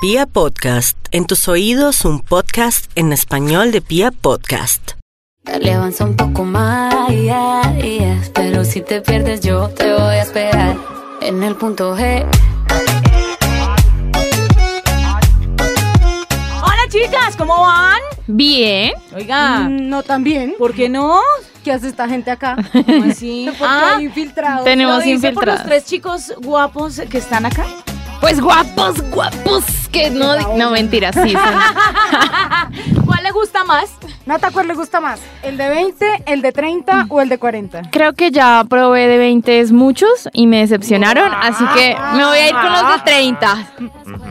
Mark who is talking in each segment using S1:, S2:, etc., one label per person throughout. S1: Pia Podcast, en tus oídos un podcast en español de Pia Podcast.
S2: Dale avanza un poco más, yeah, yeah. pero si te pierdes yo te voy a esperar en el punto G.
S3: Hola chicas, ¿cómo van?
S4: Bien.
S3: Oiga,
S5: Mm, No tan bien.
S3: ¿por qué no?
S5: ¿Qué hace esta gente acá?
S3: ¿Cómo así?
S5: Porque
S3: Ah,
S5: hay infiltrados.
S3: ¿lo
S4: Tenemos
S3: dice por los
S4: infiltrados.
S3: tres chicos guapos que están acá?
S4: Pues guapos, guapos. Que no, no mentira, sí. son-
S3: ¿Cuál le gusta más?
S5: Nata, ¿cuál le gusta más? ¿El de 20, el de 30 o el de 40?
S4: Creo que ya probé de 20 es muchos y me decepcionaron, así que me voy a ir con los de 30.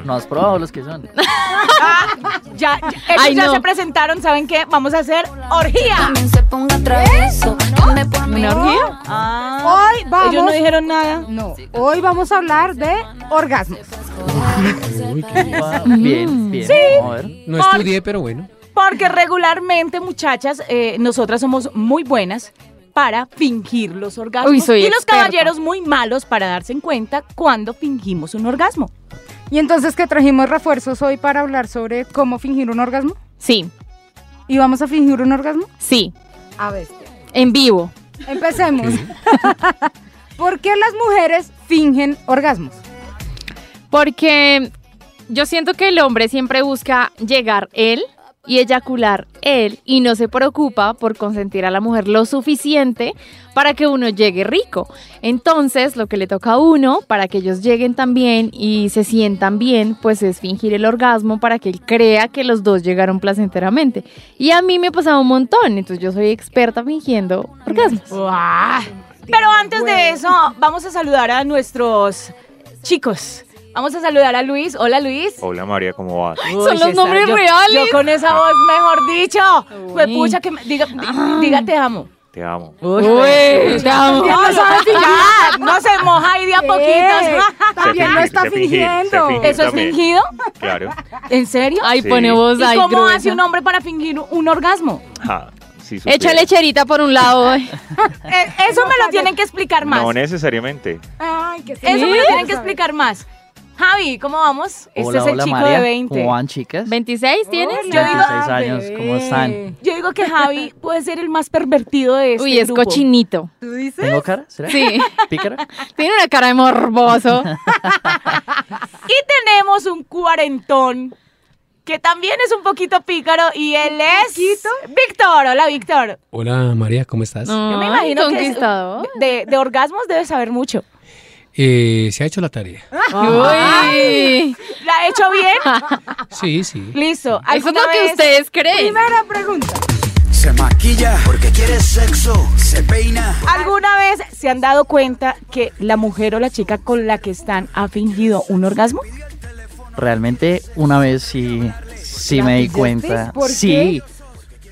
S6: No has probado los que son.
S3: Ya, ya- ellos
S4: Ay,
S3: ya
S4: no.
S3: se presentaron, ¿saben qué? Vamos a hacer orgía.
S2: También se ponga travieso, dame por mí.
S4: ¿Una orgía?
S3: Ah,
S5: Hoy vamos.
S3: ellos no dijeron nada.
S5: No, hoy vamos a hablar de orgasmos.
S6: Bien, bien. Vamos a ver.
S7: No
S3: Por-
S7: estudié, pero bueno.
S3: Porque regularmente, muchachas, eh, nosotras somos muy buenas para fingir los orgasmos.
S4: Uy, soy
S3: y los
S4: experta.
S3: caballeros muy malos para darse en cuenta cuando fingimos un orgasmo.
S5: Y entonces que trajimos refuerzos hoy para hablar sobre cómo fingir un orgasmo.
S4: Sí,
S5: ¿Y vamos a fingir un orgasmo?
S4: sí.
S5: A ver.
S4: En vivo.
S5: Empecemos. ¿Por qué las mujeres fingen orgasmos?
S4: Porque yo siento que el hombre siempre busca llegar él y eyacular él y no se preocupa por consentir a la mujer lo suficiente para que uno llegue rico. Entonces, lo que le toca a uno para que ellos lleguen también y se sientan bien, pues es fingir el orgasmo para que él crea que los dos llegaron placenteramente. Y a mí me ha pasado un montón, entonces yo soy experta fingiendo orgasmos.
S3: ¡Guau! Pero antes de eso, vamos a saludar a nuestros chicos. Vamos a saludar a Luis. Hola, Luis.
S8: Hola María, ¿cómo vas?
S3: Uy,
S4: Son los
S3: César,
S4: nombres
S3: yo-
S4: reales.
S3: Yo con esa voz, mejor dicho. Fue pucha que me, diga, di- diga te amo.
S8: Te amo.
S4: Uy, te amo.
S3: No, no, ya, "Ah, no se moja ahí de a poquitos.
S5: También lo
S8: fingir,
S5: está
S8: sé fingir,
S5: fingiendo.
S8: sé fingir.
S3: ¿Eso es
S8: también.
S3: fingido?
S8: Claro.
S3: ¿En serio?
S4: Ay,
S8: Sí.
S4: pone voz
S3: ¿Y
S4: ahí.
S3: cómo
S4: gruesa.
S3: hace un hombre para fingir un orgasmo?
S8: Ah, sí, supiera.
S4: Echa lecherita por un lado. eh.
S3: Eh, eso me lo tienen que explicar más.
S8: No necesariamente.
S5: Ay, que sí.
S3: Eso me lo tienen que explicar más. Javi, ¿cómo vamos? este
S6: Hola,
S3: es el
S6: hola
S3: chico
S6: María.
S3: de 20.
S6: ¿Cómo van, chicas?
S4: 26 tienes?
S5: Hola,
S6: Yo digo- 16 años,
S5: bebé.
S6: ¿cómo están?
S3: Yo digo que Javi puede ser el más pervertido de este
S4: Uy, es
S3: grupo.
S4: cochinito.
S5: ¿Tú dices?
S6: ¿Tengo cara? ¿Será?
S4: Sí.
S6: ¿Pícara?
S4: Tiene una cara de morboso.
S3: Y tenemos un cuarentón que también es un poquito pícaro y él es Víctor. Hola, Víctor.
S7: Hola María, ¿cómo estás?
S3: Yo me
S4: Ay,
S3: imagino que es-
S4: conquistador.
S3: de, de orgasmos debe saber mucho.
S7: Eh, se ha hecho la tarea.
S4: Uy.
S3: ¿La ha hecho bien?
S7: Sí, sí.
S3: Listo.
S4: Eso es
S3: ¿Alguna
S4: lo que
S3: vez-
S4: ustedes creen.
S5: Primera pregunta.
S9: Se maquilla porque quiere sexo, se peina.
S3: ¿Alguna vez se han dado cuenta que la mujer o la chica con la que están ha fingido un orgasmo?
S6: Realmente una vez sí, sí
S5: ¿La
S6: me di
S5: pillaste?
S6: cuenta.
S5: ¿Por
S6: sí.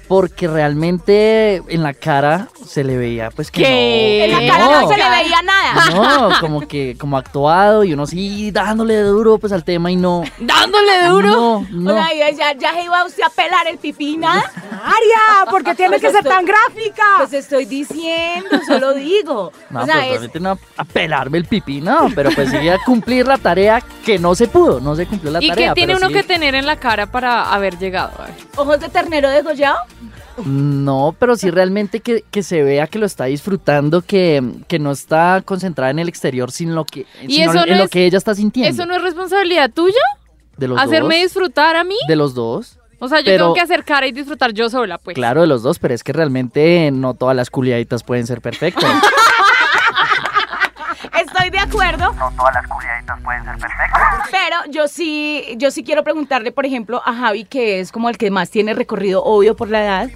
S6: Porque realmente en la cara se le veía pues que
S4: ¿Qué?
S3: En
S6: no.
S3: la
S6: que
S3: cara no
S6: no.
S3: se le veía nada.
S6: No, como que como actuado y uno sí dándole duro pues al tema y no.
S4: Dándole duro.
S6: No, no.
S3: O sea, ya, ya se iba usted a pelar el pipí y nada.
S5: Aria, porque tiene que ser tan gráfica.
S3: Pues estoy diciendo, solo digo.
S6: No,
S3: o sea,
S6: pues,
S3: es,
S6: realmente no a pelarme el pipí, no, pero pues sí a cumplir la tarea que no se pudo, no se cumplió la
S4: ¿Y
S6: tarea.
S4: qué tiene
S6: pero
S4: uno
S6: sí.
S4: que tener en la cara para haber llegado? A ver.
S3: ojos de ternero degollado.
S6: No, pero sí realmente que, que se vea que lo está disfrutando, que, que no está concentrada en el exterior, sin lo que,
S4: ¿Y
S6: sino
S4: eso no
S6: en lo
S4: es-
S6: que ella está sintiendo.
S4: ¿Eso no es responsabilidad tuya?
S6: de los
S4: ¿Hacerme
S6: dos,
S4: disfrutar a mí?
S6: de los dos,
S4: O sea, yo
S6: Pero-
S4: tengo que hacer cara y disfrutar yo sola, pues.
S6: claro, de los dos, pero es que realmente no todas las culiaditas pueden ser perfectas.
S3: Estoy de acuerdo. No todas las culiaditas pueden ser perfectas. Pero yo sí, yo sí quiero preguntarle, por ejemplo, a Javi, que es como el que más tiene recorrido, obvio, por la edad.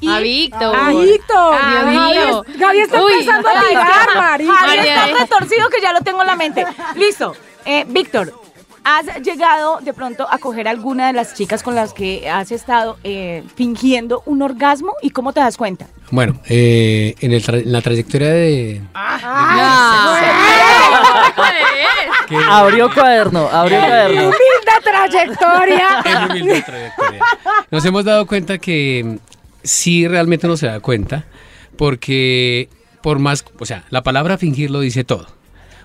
S3: Y-
S4: A Víctor.
S5: Adicto.
S3: Ah,
S4: Dios mío.
S5: Gaby, Gaby está
S4: Uy.
S5: empezando a tirar,
S3: Javi
S5: marica.
S4: María.
S3: está retorcido que ya lo tengo en la mente. Listo. Eh, Víctor, ¿has llegado de pronto a coger alguna de las chicas con las que has estado eh, fingiendo un orgasmo? ¿Y cómo te das cuenta?
S7: Bueno, eh, en, el tra- en la trayectoria de...
S4: Pues.
S7: que-
S6: abrió cuaderno, abrió cuaderno.
S5: Humilde trayectoria.
S7: Qué humilde trayectoria. Nos hemos dado cuenta que mm, sí realmente uno se da cuenta, porque por más, o sea, la palabra fingir lo dice todo.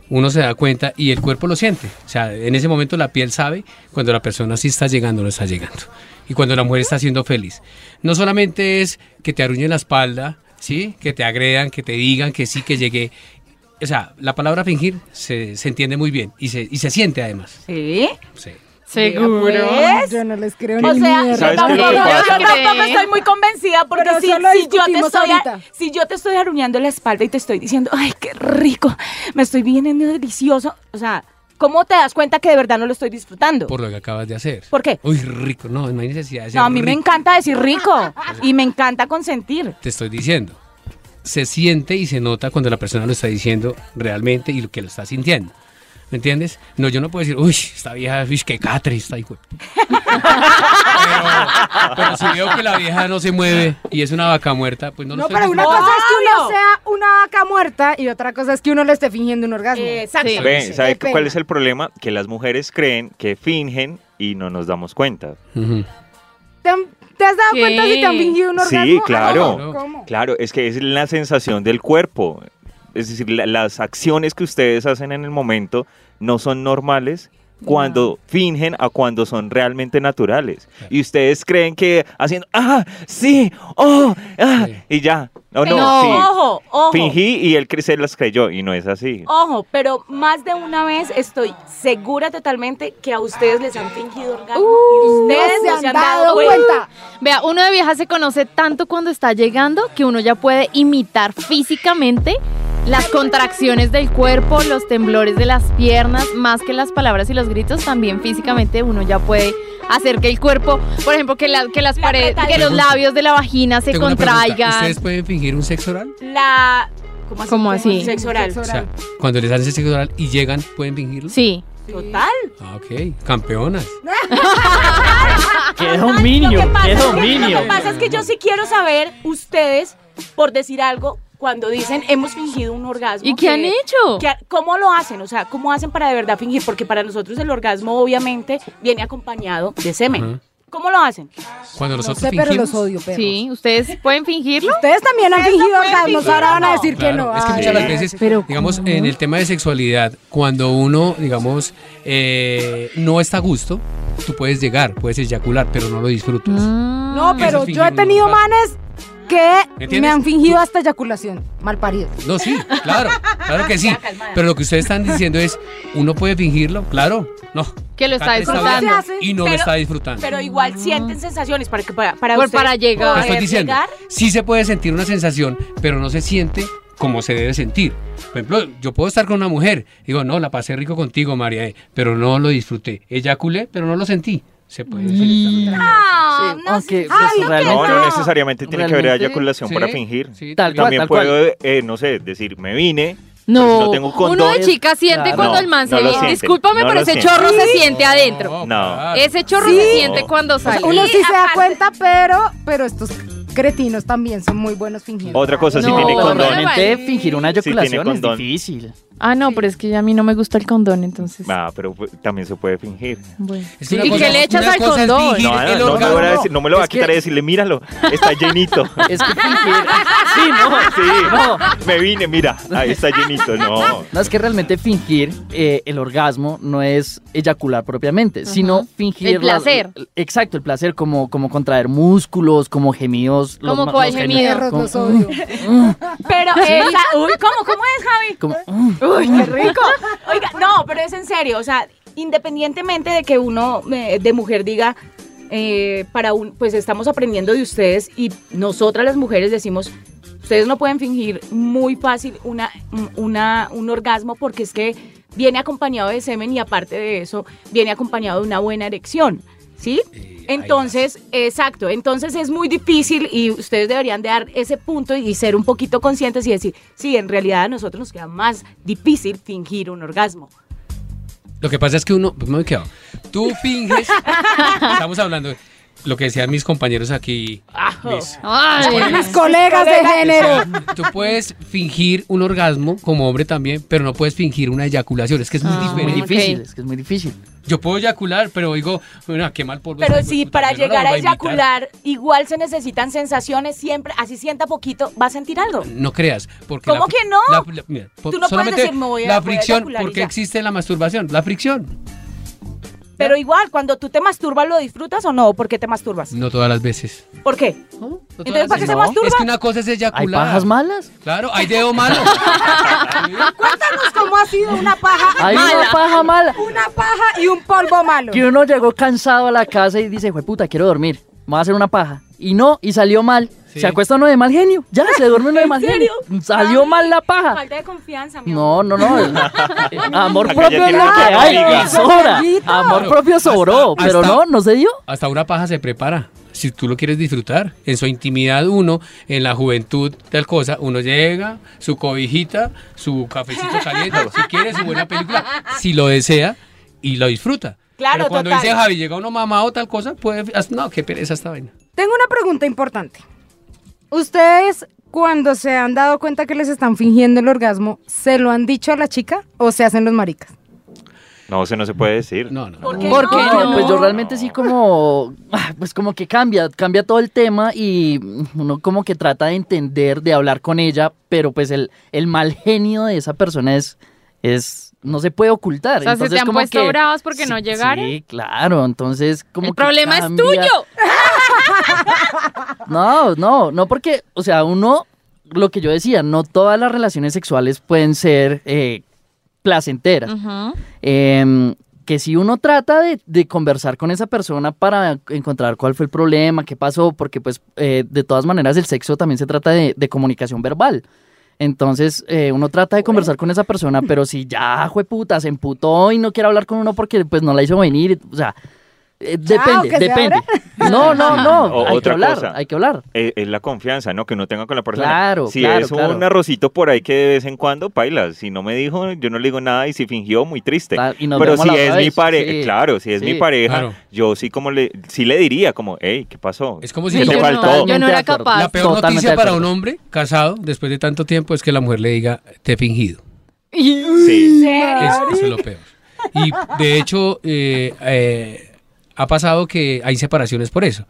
S7: uno se da cuenta y el cuerpo lo siente. O sea, en ese momento la piel sabe cuando la persona sí está llegando o no está llegando. Y cuando la mujer está siendo feliz. No solamente es que te arruñen la espalda, ¿sí? Que te agredan, que te digan que sí, que llegué. O sea, la palabra fingir se, se entiende muy bien y se, y se siente además.
S3: ¿Sí?
S7: Sí.
S4: Seguro.
S3: Pues,
S5: Yo no les creo
S3: O
S5: ni
S3: sea, yo
S5: mierda.
S8: ¿Sabes
S3: tampoco,
S8: qué
S3: yo
S4: pasa?
S3: tampoco estoy muy convencida porque
S5: Pero
S3: si,
S5: eso lo
S3: si yo te
S5: discutimos
S3: estoy,
S5: ahorita.
S3: si yo te estoy aruñando la espalda y te estoy diciendo, ay, qué rico, me estoy viendo delicioso, o sea, ¿cómo te das cuenta que de verdad no lo estoy disfrutando?
S7: Por lo que acabas de hacer.
S3: ¿Por qué?
S7: Uy, rico. No, no hay necesidad de ser
S3: No, a mí me
S7: rico.
S3: encanta decir rico y me encanta consentir.
S7: Te estoy diciendo. Se siente y se nota cuando la persona lo está diciendo realmente y lo que lo está sintiendo. ¿Me entiendes? No, yo no puedo decir, uy, esta vieja, uy, qué catre, está hijo. de-". pero, pero si veo que la vieja no se mueve y es una vaca muerta, pues no lo
S5: No,
S7: estoy
S5: pero una
S7: diciendo.
S5: cosa es que uno
S3: ¡Claro!
S5: sea una vaca muerta y otra cosa es que uno le esté fingiendo un orgasmo.
S3: Exacto.
S4: Sí.
S8: Ven, ¿sabe
S5: Qué
S8: cuál
S5: pena.
S8: es el problema? Que las mujeres creen que fingen y no nos damos cuenta.
S7: Ujú.
S5: ¿Te, han- te has dado
S4: ¿Qué?
S5: cuenta si te han fingido un
S8: Sí,
S5: orgasmo? Ah,
S8: claro.
S5: no, ¿Cómo?
S8: Claro, es que es la sensación del cuerpo. Es decir, la- las acciones que ustedes hacen en el momento no son normales cuando fingen a cuando son realmente naturales. Y ustedes creen que haciendo, ah, sí, oh, ah,
S7: Sí.
S8: y ya. No, no,
S4: No.
S8: sí.
S3: Ojo, ojo.
S8: Fingí y él cre- se las creyó y no es así.
S3: Ojo, pero más de una vez estoy segura totalmente que a ustedes les han fingido orgasmo
S5: Uh,
S3: y ustedes no se han dado cuenta.
S4: Vea, uno de vieja se conoce tanto cuando está llegando que uno ya puede imitar físicamente las contracciones del cuerpo, los temblores de las piernas, más que las palabras y los gritos, también físicamente uno ya puede hacer que el cuerpo, por ejemplo, que, la- que las
S3: La
S4: paredes, que
S3: apretadita.
S4: los labios de la vagina se
S7: Tengo una pregunta,
S4: contraigan.
S7: ¿Ustedes pueden fingir un sexo oral?
S3: La ¿Cómo así?
S4: ¿Cómo así?
S3: Sexo oral.
S5: Sexo
S7: O sea, cuando les hacen sexo oral y llegan, ¿pueden fingirlo?
S4: Sí.
S3: Total.
S7: Ah, ok. Campeonas.
S6: ¡Qué
S3: Lo
S6: dominio!
S3: que pasa
S6: ¡Qué
S3: es que-
S6: dominio!
S3: Lo que pasa es que yo sí quiero saber ustedes por decir algo cuando dicen hemos fingido un orgasmo.
S4: ¿Y qué han
S3: que-
S4: hecho?
S3: que- ¿Cómo lo hacen? O sea, ¿cómo hacen para de verdad fingir? Porque para nosotros el orgasmo obviamente viene acompañado de semen.
S7: Ajá.
S3: ¿Cómo lo hacen?
S7: Cuando
S5: No
S7: nosotros
S5: sé, pero
S7: fingimos.
S5: los odio, perros.
S4: Sí, ¿ustedes pueden fingirlo?
S5: Ustedes también han fingido
S3: pueden
S5: orgasmos,
S3: fingir,
S5: ahora van a
S3: ¿no?
S5: decir que
S7: Claro,
S5: no.
S7: Es que
S5: Ay,
S7: muchas de las
S5: qué
S7: veces,
S4: Pero
S7: digamos,
S4: ¿cómo?
S7: en el tema de sexualidad, cuando uno, digamos, eh, no está a gusto, tú puedes llegar, puedes eyacular, pero no lo disfrutas.
S4: Mm.
S5: No,
S7: Eso
S5: pero
S7: es
S5: yo he
S7: fingir un
S5: tenido
S7: orgasmo.
S5: manes que
S7: ¿Entiendes?
S5: me han fingido hasta eyaculación. Mal parido.
S7: No, sí, claro, claro que sí. Pero lo que ustedes están diciendo es, ¿uno puede fingirlo? Claro, no.
S4: Que lo está
S7: Catherine
S4: disfrutando.
S7: bien
S5: ¿Cómo se hace?
S7: Y no lo
S3: Pero-
S7: está disfrutando.
S3: Pero igual sienten sensaciones para que para, para
S4: Por-
S3: ustedes
S4: Ah. Pues, para llegar.
S7: Te
S3: poder
S7: estoy diciendo,
S3: llegar.
S7: sí se puede sentir una sensación, pero no se siente como se debe sentir. Por ejemplo, yo puedo estar con una mujer, digo, no, la pasé rico contigo, María, eh, pero no lo disfruté. Eyaculé, pero no lo sentí. Se puede
S4: Mm.
S7: sentir también.
S3: Ah,
S6: Sí,
S3: no
S6: aunque,
S3: sé.
S6: pues,
S3: Ay, no
S6: realmente-
S8: No,
S3: quiero.
S8: no necesariamente tiene que haber
S6: Realmente,
S8: eyaculación para
S7: Sí,
S8: fingir.
S7: sí,
S6: Tal cual.
S8: También puedo, eh, no sé, decir, me vine,
S4: No.
S8: Pues no tengo condón.
S4: Uno de chica siente
S6: Claro.
S4: cuando
S8: No,
S4: el man se
S8: no lo
S4: ve.
S8: siente,
S4: Discúlpame,
S8: no
S4: pero
S8: lo
S4: ese
S8: siente.
S4: chorro se siente adentro.
S8: No.
S7: claro. Oh.
S4: Ese chorro
S5: Sí.
S4: se siente cuando
S5: O sea,
S4: sale.
S5: uno sí se da
S3: aparte-
S5: cuenta, pero, pero estos cretinos también son muy buenos fingiendo.
S8: Otra cosa, si
S4: No,
S8: tiene
S4: no,
S8: condón.
S4: no,
S6: realmente fingir una
S8: Sí, tiene
S6: eyaculación es
S8: condón.
S6: difícil.
S4: Ah, no, pero es que ya a mí no me gusta el condón, entonces.
S8: Ah, pero pues, también se puede fingir.
S4: Bueno.
S7: Es que una
S4: Y que le echas
S7: una
S4: al
S7: cosa es
S4: condón.
S7: fingir
S8: No, no,
S7: el
S8: no me,
S7: orgasmo.
S8: voy a decir- no me lo va a
S6: Es que-
S8: quitar y decirle, míralo, está llenito.
S6: Es que fingir... Sí, no.
S8: Sí,
S6: No.
S8: me vine, mira, ahí está llenito. No,
S6: No, es que realmente fingir eh, el orgasmo no es eyacular propiamente, sino fingir...
S4: El placer.
S6: la- exacto, el placer, como, como contraer músculos, como gemidos. los
S4: ¿Cómo
S6: ma-
S4: cuál
S6: los
S4: gemido?
S6: gemidos,
S5: Perros
S6: como-
S5: los odio.
S3: Pero esa- uy, ¿cómo, cómo es, Javi?
S6: como, mm.
S3: Uy, qué rico. Oiga, no, pero es en serio, o sea, independientemente de que uno eh, de mujer diga eh, para un, pues estamos aprendiendo de ustedes y nosotras las mujeres decimos, ustedes no pueden fingir muy fácil una, una, un orgasmo porque es que viene acompañado de semen y aparte de eso viene acompañado de una buena erección, ¿sí?
S7: ahí
S3: Entonces, exacto, entonces es muy difícil y ustedes deberían de dar ese punto y ser un poquito conscientes y decir, sí, en realidad a nosotros nos queda más difícil fingir un orgasmo.
S7: Lo que pasa es que uno, me he quedado. Tú finges, estamos hablando de lo que decían mis compañeros aquí,
S3: Ajo.
S7: mis
S4: Ay,
S5: Mis colegas de género.
S7: O sea, tú puedes fingir un orgasmo como hombre también, pero no puedes fingir una eyaculación. Es que es muy
S4: Ah,
S6: muy
S7: diferente.
S4: bueno.
S6: difícil, es que es muy difícil.
S7: Yo puedo eyacular, pero digo, bueno, qué mal polvo.
S3: Pero
S7: este hijo
S3: si
S7: de puta,
S3: para
S7: yo no la
S3: llegar
S7: voy
S3: a
S7: invitar.
S3: eyacular igual se necesitan sensaciones siempre, así sienta poquito, va a sentir algo.
S7: No creas, porque...
S3: ¿Cómo
S7: fri-
S3: que no?
S7: la- mira, po-
S3: Tú no puedes
S7: solamente
S3: decir, me voy a-
S7: La
S3: voy a
S7: fricción,
S3: eyacular y
S7: porque
S3: ya.
S7: existe la masturbación, la fricción.
S3: Pero igual, cuando tú te masturbas, ¿lo disfrutas o no? ¿Por qué te masturbas?
S7: No todas las veces.
S3: ¿Por qué?
S7: No todas
S3: Entonces, ¿para qué
S7: las
S3: se
S7: veces.
S3: masturba?
S7: Es que una cosa es eyacular.
S6: ¿Hay pajas malas?
S7: Claro, hay dedo malo.
S3: Cuéntanos cómo ha sido una paja
S6: Hay una
S3: mala.
S6: paja mala.
S5: Una paja y un polvo malo.
S6: Que uno llegó cansado a la casa y dice, puta, quiero dormir. Me voy a hacer una paja. Y no, y salió mal.
S7: Sí.
S6: Se acuesta uno de mal genio. Ya, se duerme uno de mal
S3: serio?
S6: genio. Salió
S3: Ay,
S6: mal la paja.
S3: Falta de confianza, mi amor.
S6: No, no, no. el- Amor
S8: Acá ya
S6: propio es
S8: tiene
S6: lo que
S8: una
S6: hay.
S8: amiga.
S6: Sobra.
S7: Claro,
S6: Amor propio
S7: hasta-
S6: sobró. Pero
S7: hasta-
S6: no, no se dio.
S7: Hasta una paja se prepara. Si tú lo quieres disfrutar, en su intimidad uno, en la juventud, tal cosa, uno llega, su cobijita, su cafecito caliente, si quiere, su buena película, si lo desea y lo disfruta.
S3: Claro,
S7: Pero cuando
S3: total.
S7: dice Javi, llega uno mamado, tal cosa, puede. as- No, qué pereza esta vaina.
S5: Tengo una pregunta importante. ¿Ustedes cuando se han dado cuenta que les están fingiendo el orgasmo, se lo han dicho a la chica o se hacen los maricas?
S8: No, eso no se puede decir.
S7: No, no.
S3: ¿Por
S7: no.
S3: qué
S6: Porque
S3: no?
S6: yo, pues yo realmente sí como, ah, pues como que cambia, cambia todo el tema y uno como que trata de entender, de hablar con ella, pero pues el, el mal genio de esa persona es, es, no se puede ocultar.
S4: O sea, ¿se te
S6: Entonces,
S4: han
S6: como
S4: puesto
S6: que-
S4: bravas porque no
S6: Sí,
S4: llegaron?
S6: Sí, claro, entonces como
S4: El
S6: que
S4: problema
S6: cambia.
S4: es tuyo.
S6: No, no, no porque, o sea, uno, lo que yo decía, no todas las relaciones sexuales pueden ser eh, placenteras.
S4: Ujú.
S6: Em, que si uno trata de, de conversar con esa persona para encontrar cuál fue el problema, qué pasó, porque pues eh, de todas maneras el sexo también se trata de, de comunicación verbal. Entonces eh, uno trata de conversar con esa persona, pero si ya fue puta, se emputó y no quiere hablar con uno porque pues no la hizo venir, o sea, eh,
S5: Chao,
S6: depende,
S5: que se
S6: depende. No, no, no,
S8: O-
S6: hay que
S8: otra
S6: hablar,
S8: cosa.
S6: hay que hablar.
S8: Eh, Es, la confianza, ¿no? Que uno tenga con la persona.
S6: Claro,
S8: Si
S6: claro,
S8: es
S6: claro.
S8: un arrocito por ahí que de vez en cuando, paila. Si no me dijo, yo no le digo nada y si fingió, muy triste.
S6: Tal, y nos
S8: Pero
S6: vemos
S8: si
S6: la otra
S8: es mi
S6: vez,
S8: pareja,
S6: sí,
S8: claro, si es mi
S6: sí.
S8: pareja,
S7: Claro.
S8: yo sí como le, sí le diría como, hey, ¿qué pasó?
S7: Es como Pues si
S8: ¿Qué
S4: yo
S8: te
S4: no-
S8: faltó?
S4: yo no era
S6: Totalmente de acuerdo.
S4: capaz.
S7: La peor
S6: Totalmente
S7: noticia
S6: de
S7: para un
S6: acuerdo.
S7: hombre casado después de tanto tiempo es que la mujer le diga, te he fingido.
S8: Sí.
S6: Eh,
S7: Eso, eso es lo peor. Y de hecho, eh, eh, ha pasado que hay separaciones por eso.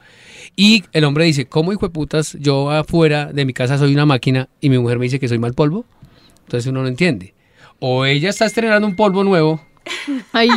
S7: Y el hombre dice, ¿cómo hijo de putas yo afuera de mi casa soy una máquina y mi mujer me dice que soy mal polvo? Entonces uno no entiende. O ella está estrenando un polvo nuevo
S4: Ay.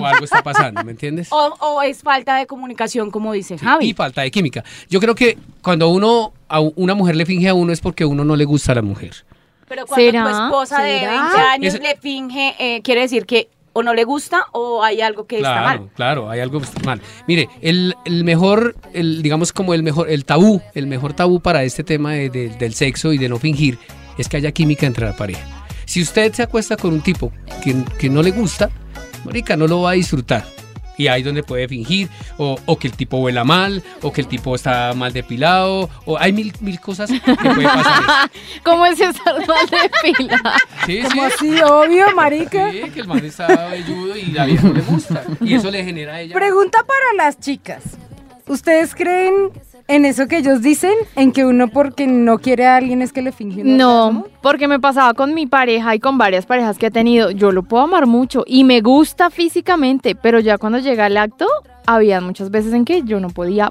S7: o algo está pasando, ¿me entiendes?
S3: O, o es falta de comunicación, como dice
S7: Y
S3: Oh, Javi.
S7: falta de química. Yo creo que cuando uno a una mujer le finge a uno es porque uno no le gusta a la mujer.
S3: Pero cuando
S4: ¿Será?
S3: tu esposa de
S5: ¿Será?
S3: 20 años
S7: Ese-
S3: le finge, eh, quiere decir que o no le gusta o hay algo que
S7: claro,
S3: está mal.
S7: Claro, hay algo mal. Mire, el, el mejor, el, digamos como el mejor, el tabú, el mejor tabú para este tema de- de- del sexo y de no fingir es que haya química entre la pareja. Si usted se acuesta con un tipo que, que no le gusta, marica, no lo va a disfrutar. Y ahí donde puede fingir, o, o que el tipo huela mal, o que el tipo está mal depilado, o hay mil, mil cosas que puede pasar.
S4: ¿Cómo es estar mal de pila?
S7: Sí,
S5: Como así, obvio, marica.
S7: Sí, que el man está velludo y la vieja no le gusta. Y eso le genera a ella.
S5: Pregunta para las chicas. ¿Ustedes creen en eso que ellos dicen? ¿En que uno porque no quiere a alguien es que le finge un
S4: No,
S5: orgasmo?
S4: porque me pasaba con mi pareja y con varias parejas que he tenido. Yo lo puedo amar mucho y me gusta físicamente, pero ya cuando llega el acto, había muchas veces en que yo no podía.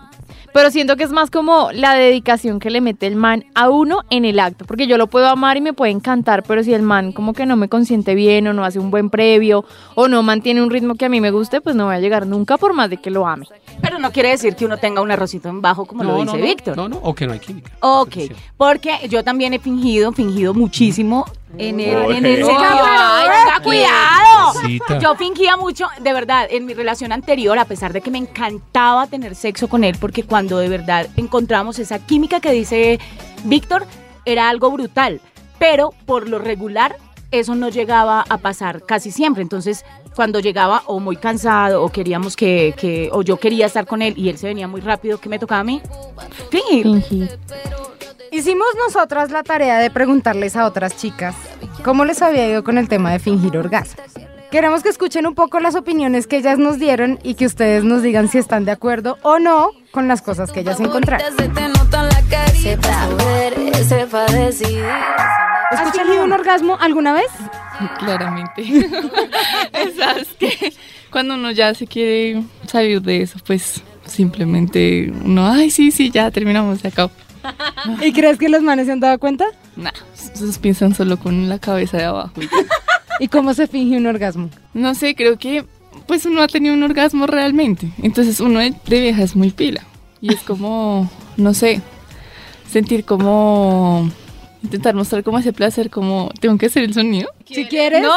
S4: Pero siento que es más como la dedicación que le mete el man a uno en el acto, porque yo lo puedo amar y me puede encantar, pero si el man como que no me consiente bien o no hace un buen previo o no mantiene un ritmo que a mí me guste, pues no voy a llegar nunca por más de que lo ame.
S3: Pero no quiere decir que uno tenga un arrocito en bajo, como lo dice Víctor.
S7: No, no, o que no hay química.
S3: Ok,
S7: Eso es cierto.
S3: porque yo también he fingido, fingido muchísimo en el... En el-
S8: Oye.
S3: ¡Ay, tenga cuidado!
S7: Cita.
S3: Yo fingía mucho, de verdad, en mi relación anterior, a pesar de que me encantaba tener sexo con él, porque cuando de verdad encontramos esa química que dice Víctor, era algo brutal. Pero por lo regular, eso no llegaba a pasar casi siempre. Entonces, cuando llegaba o muy cansado, o queríamos que, que- o yo quería estar con él y él se venía muy rápido, que me tocaba a mí? Fingir.
S4: Fingir.
S5: Hicimos nosotras la tarea de preguntarles a otras chicas cómo les había ido con el tema de fingir orgasmo. Queremos que escuchen un poco las opiniones que ellas nos dieron y que ustedes nos digan si están de acuerdo o no con las cosas que ellas encontraron.
S2: Se te nota en la carita. Sepa saber, sepa decidir.
S5: ¿Has fingido un orgasmo alguna vez?
S10: Claramente. Esas que Cuando uno ya se quiere salir de eso, pues simplemente uno, ay, sí, sí, ya terminamos, se acabó.
S5: ¿Y crees que los manes se han dado cuenta?
S10: Nah, esos piensan solo con la cabeza de abajo. y ya.
S5: ¿Y cómo se finge un orgasmo?
S10: No sé, creo que pues uno ha tenido un orgasmo realmente. Entonces uno de, de vieja es muy pila. Y es como, no sé, sentir como, intentar mostrar como ese placer, como, tengo que hacer el sonido.
S5: Si quieres,
S10: No.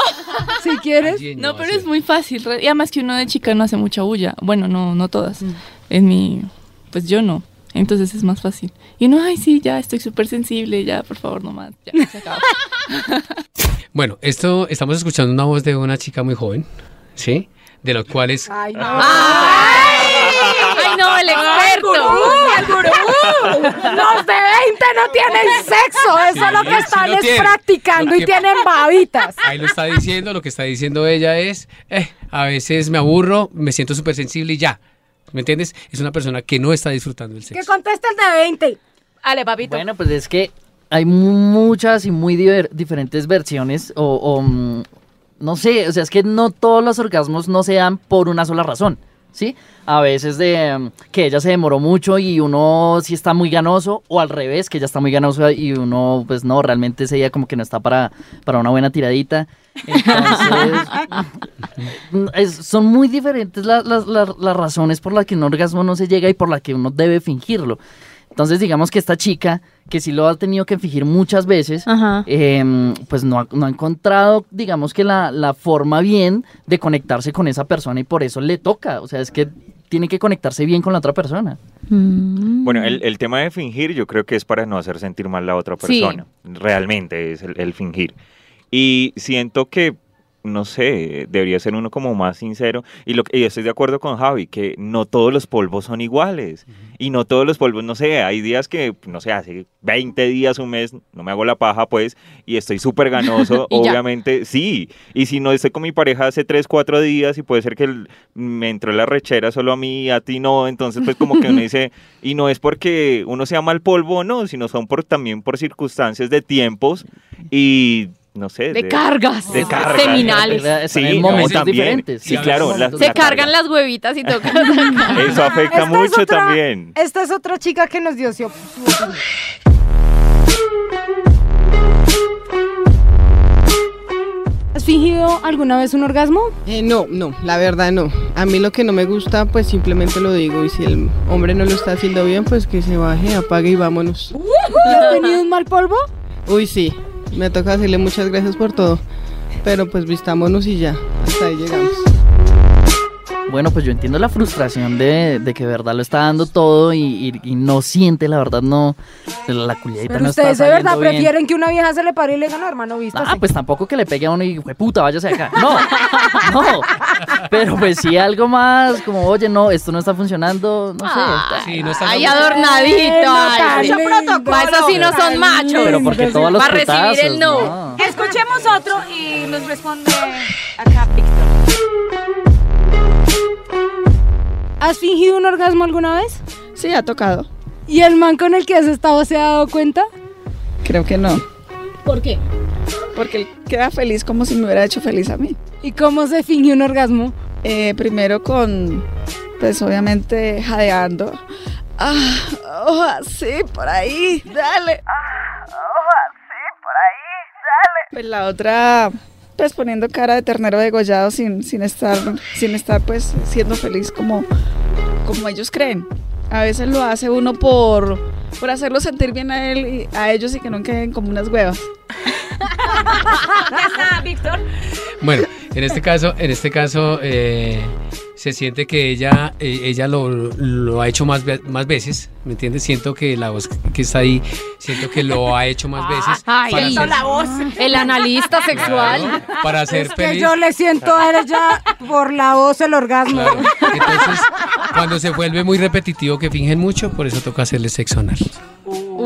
S5: si quieres.
S10: No, pero es muy fácil. re- Y además que uno de chica no hace mucha bulla. Bueno, no, no todas.
S4: Mm.
S10: En mi, pues yo no. Entonces es más fácil. Y no, ay, sí, ya estoy súper sensible, ya, por favor, no más. Ya, se acabó.
S7: Bueno, esto estamos escuchando una voz de una chica muy joven, ¿sí? De los cuales
S5: Ay, no.
S4: ¡Ay, no, el experto!
S3: ¡Al gurú!
S5: Los de 20 no tienen sexo, eso es lo que
S7: sí
S5: están
S7: lo
S5: es
S7: tienen.
S5: practicando
S7: Lo
S5: y
S7: que-
S5: tienen babitas.
S7: ahí lo está diciendo, lo que está diciendo ella es, eh, a veces me aburro, me siento súper sensible y ya. ¿Me entiendes? Es una persona que no está disfrutando del
S5: Que
S7: sexo.
S5: conteste el de 20.
S3: Ale, papito.
S6: Bueno, pues es que hay mu- muchas y muy diver- diferentes versiones o, o, mm, no sé, o sea, es que no todos los orgasmos no se dan por una sola razón, ¿sí? A veces de mm, que ella se demoró mucho y uno sí está muy ganoso o al revés, que ella está muy ganoso y uno pues no, realmente ese día como que no está para, para una buena tiradita. Entonces, mm, es- son muy diferentes la- las- las- las razones por las que un orgasmo no se llega y por las que uno debe fingirlo. Entonces, digamos que esta chica, que sí lo ha tenido que fingir muchas veces,
S4: Ajá.
S6: em, pues no ha, no ha encontrado, digamos que la, la forma bien de conectarse con esa persona y por eso le toca. O sea, es que tiene que conectarse bien con la otra persona.
S8: Bueno, el, el tema de fingir yo creo que es para no hacer sentir mal a la otra
S4: Mm. Sí.
S8: persona. Realmente es el, el fingir. Y siento que, no sé, debería ser uno como más sincero. Y, lo, que- y estoy de acuerdo con Javi, que no todos los polvos son iguales. Y no todos los polvos, no sé, hay días que, no sé, hace 20 días, un mes, no me hago la paja, pues, y estoy súper ganoso,
S4: Y ya.
S8: obviamente, sí. Y si no estoy con mi pareja hace 3, 4 días y puede ser que el- me entró la rechera solo a mí y a ti no, entonces pues como que uno dice, y no es porque uno sea mal polvo o no, sino son por, también por circunstancias de tiempos y, no sé,
S4: De cargas.
S8: de cargas.
S4: Seminales.
S8: Sí,
S6: en
S8: no,
S6: momentos
S8: también.
S6: diferentes.
S8: Sí, claro. la-
S4: Se
S8: la
S4: cargan las huevitas y tocan.
S8: carga. Eso afecta
S5: Esta es
S8: mucho
S5: otra-
S8: también.
S5: Esta es otra chica que nos dio su su opinión. ¿Has fingido alguna vez un orgasmo?
S11: Eh, no, no, la verdad no. A mí lo que no me gusta, pues simplemente lo digo. Y si el hombre no lo está haciendo bien, pues que se baje, apague y vámonos.
S5: ¿Y ¿Has tenido un mal polvo?
S11: Uy, sí, me toca decirle muchas gracias por todo. Pero pues vistámonos y ya, hasta ahí llegamos.
S6: Bueno, pues yo entiendo la frustración de, de que de verdad lo está dando todo y, y- y no siente, la verdad, no. La culiadita
S5: Pero
S6: no está
S5: ustedes de verdad
S6: saliendo bien.
S5: prefieren que una vieja se le pare y le diga, no, hermano, vista.
S6: Ah, pues tampoco que le pegue a uno y puta, váyase de acá. No, no. Pero pues sí algo más, como, oye, no, esto no está funcionando, no sé.
S7: Sí, no está
S4: Ahí
S7: tan-
S4: adornadito. ay,
S5: Mucho
S4: sí. Pa' eso sí no son machos.
S6: Pero porque
S5: pues
S6: todos los
S4: Va a recibir el
S6: putazos,
S4: no.
S12: Escuchemos otro y nos responde acá Víctor.
S5: ¿Has fingido un orgasmo alguna vez?
S11: Sí, ha tocado.
S5: ¿Y el man con el que has estado se ha dado cuenta?
S12: Creo que no. ¿Por qué? Porque él queda feliz como si me hubiera hecho feliz a mí.
S5: ¿Y cómo se finge un orgasmo?
S12: Eh, primero con, pues obviamente jadeando. Ah, oh, así, por ahí, dale. Ah, oh, así, por ahí, dale. Pues la otra, pues poniendo cara de ternero degollado sin, sin estar, sin estar pues siendo feliz como, como ellos creen. A veces lo hace uno por, por hacerlo sentir bien a él y a ellos y que no queden como unas huevas.
S3: Ah, Víctor.
S7: Bueno, en este caso, en este caso eh, se siente que ella, eh, ella lo, lo ha hecho más, ve- más veces, ¿me entiendes? Siento que la voz que está ahí, siento que lo ha hecho
S5: Ah,
S7: más veces.
S4: Ay, siento
S7: ser-
S4: la
S3: voz.
S4: El analista sexual.
S7: Claro, para ser
S5: Es que
S7: feliz.
S5: yo le siento a ella por la voz el orgasmo.
S7: Claro. Entonces, cuando se vuelve muy repetitivo, que fingen mucho, por eso toca hacerle sexo anal.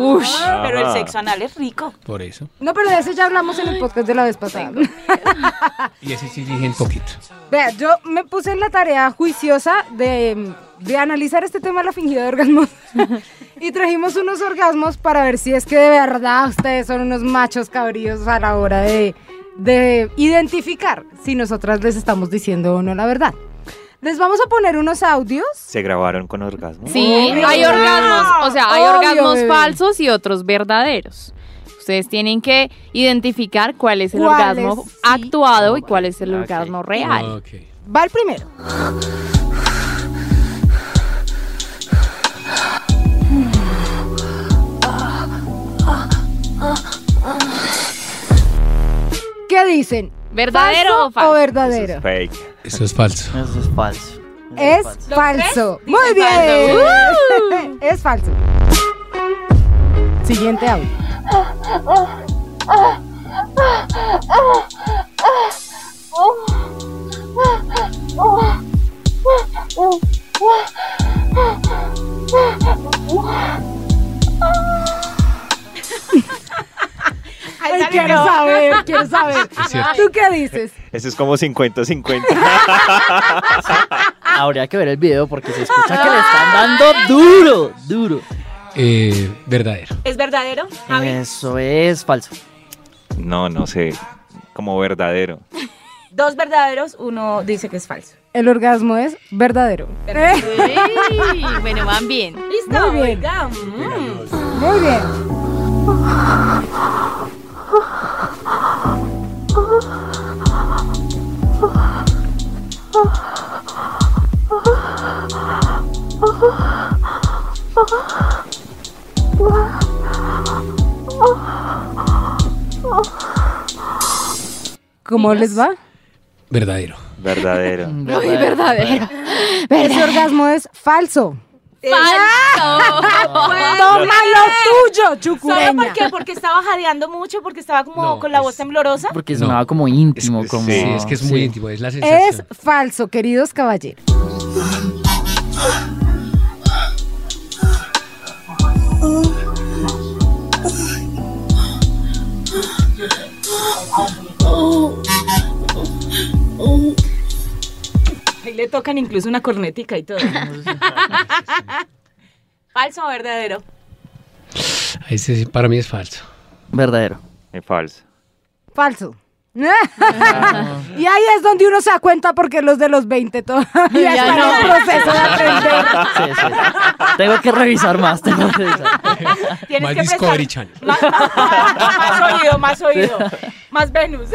S3: Pero el
S8: Ajá.
S3: sexo anal es rico.
S7: Por eso.
S5: No, pero de eso ya hablamos en el podcast de la vez pasada.
S7: Y así sí fingen poquito.
S5: Vea, yo me puse en la tarea juiciosa de, em, de analizar este tema de la fingida de orgasmos. y trajimos unos orgasmos para ver si es que de verdad ustedes son unos machos cabríos a la hora de, de identificar si nosotras les estamos diciendo o no la verdad. Les vamos a poner unos audios.
S8: ¿Se grabaron con orgasmo?
S4: Sí,
S5: Obvio.
S4: hay orgasmos, o sea, hay
S5: Obvio,
S4: orgasmos
S5: bebé.
S4: falsos y otros verdaderos. Ustedes tienen que identificar cuál es el
S5: ¿Cuál
S4: orgasmo
S5: es? Sí.
S4: actuado y cuál es el orgasmo real.
S5: Va el primero. ¿Qué dicen?
S4: ¿Verdadero
S5: ¿Falso
S4: o falso?
S5: o verdadero?
S8: Fake.
S7: Eso es falso.
S6: Eso es falso.
S5: Es falso. Muy bien. es falso. Siguiente audio. Ay,
S3: dale,
S5: quiero
S3: no.
S5: saber, quiero saber.
S8: Es cierto.
S5: ¿Tú qué dices?
S8: Eso es como 50-50.
S6: Habría que ver el video porque se escucha que le están dando duro, duro.
S7: Eh, verdadero.
S3: ¿Es verdadero?
S6: Eso es falso.
S8: No, no sé. Como verdadero.
S3: Dos verdaderos, uno dice que es falso.
S5: El orgasmo es verdadero. ¿Eh?
S4: Ey, Eh. bueno, van bien.
S3: Listo,
S5: Muy bien.
S3: oiga, mm.
S5: Muy bien. ¿Cómo les va?
S7: Verdadero.
S8: Verdadero.
S4: Uy, verdadero.
S5: Ese orgasmo es falso.
S4: Falso.
S5: Toma lo tuyo,
S3: ¿Solo
S5: chucureña.
S3: por qué? Porque estaba jadeando mucho, porque estaba como
S7: No,
S3: con la voz temblorosa.
S6: Porque sonaba como íntimo, como...
S7: Sí, es que es muy
S6: sí.
S7: íntimo, es la
S5: Es
S7: sensación.
S5: falso, queridos caballeros.
S3: Ahí le tocan incluso una cornetica y todo. ¿Falso o verdadero?
S7: Ese sí, para mí es falso.
S6: Verdadero.
S8: Es falso.
S5: Falso. y ahí es donde uno se da cuenta porque los de los 20 todavía
S4: Ya
S5: están
S4: no.
S5: en proceso de aprender.
S6: Sí, sí, sí. Tengo que revisar más, tengo que revisar.
S3: Tienes
S7: Más
S3: que
S7: Discovery
S3: prestar-
S7: Channel.
S3: Más, más- más oído, más oído. Más Venus.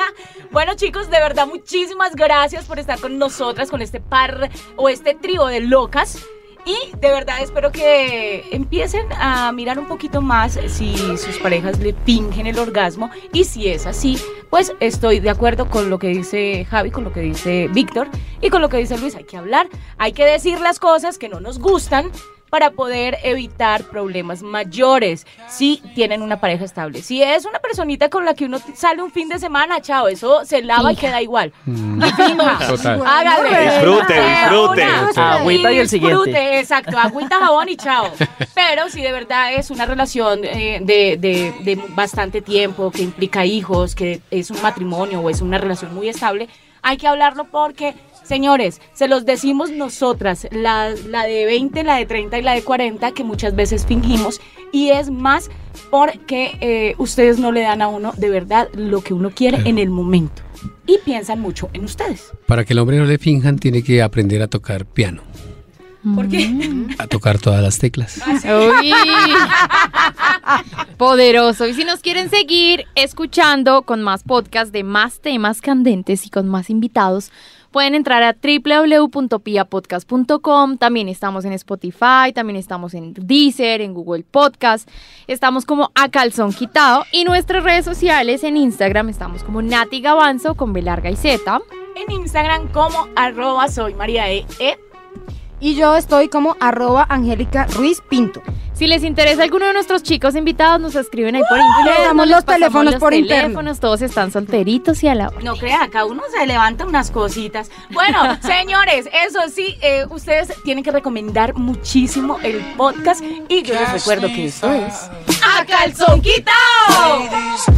S3: bueno, chicos, de verdad, muchísimas gracias por estar con nosotras, con este par o este trío de locas. Y de verdad espero que empiecen a mirar un poquito más si sus parejas le pingen el orgasmo. Y si es así, pues estoy de acuerdo con lo que dice Javi, con lo que dice Víctor y con lo que dice Luis. Hay que hablar, hay que decir las cosas que no nos gustan para poder evitar problemas mayores si tienen una pareja estable. Si es una personita con la que uno t- sale un fin de semana, chao, eso se lava y queda igual.
S7: Mm,
S3: Y fija.
S7: Total.
S3: Hágale.
S8: Disfrute,
S3: Sea
S8: disfrute.
S3: una-
S6: Agüita y el
S3: disfrute,
S6: siguiente.
S3: Exacto, agüita, jabón y chao. Pero si de verdad es una relación eh, de, de- de bastante tiempo, que implica hijos, que es un matrimonio o es una relación muy estable, hay que hablarlo porque, señores, se los decimos nosotras, la, la de 20, la de 30 y la de 40, que muchas veces fingimos, y es más porque eh, ustedes no le dan a uno de verdad lo que uno quiere en el momento. Y piensan mucho en ustedes.
S7: Para que el hombre no le finjan, tiene que aprender a tocar piano,
S3: ¿Por qué?
S7: a tocar todas las teclas.
S4: Uy. Poderoso. Y si nos quieren seguir escuchando con más podcasts de más temas candentes y con más invitados, pueden entrar a www.piapodcast.com. También estamos en Spotify, también estamos en Deezer, en Google Podcast. Estamos como a calzón quitado. Y nuestras redes sociales en Instagram estamos como Nati Gavanzo con B larga y Z.
S3: en Instagram como arroba soy María E. E.
S5: Y yo estoy como arroba Angélica Ruiz Pinto.
S4: Si les interesa alguno de nuestros chicos invitados, nos escriben ahí por internet.
S5: Les damos
S4: les
S5: los
S4: pasamos
S5: teléfonos
S4: los
S5: por interno.
S4: teléfonos, Todos están solteritos y a la hora.
S3: No crea, acá uno se levanta unas cositas. Bueno, señores, eso sí, eh, ustedes tienen que recomendar muchísimo el podcast y yo les recuerdo que esto es A Calzón Quitao.
S9: Ladies,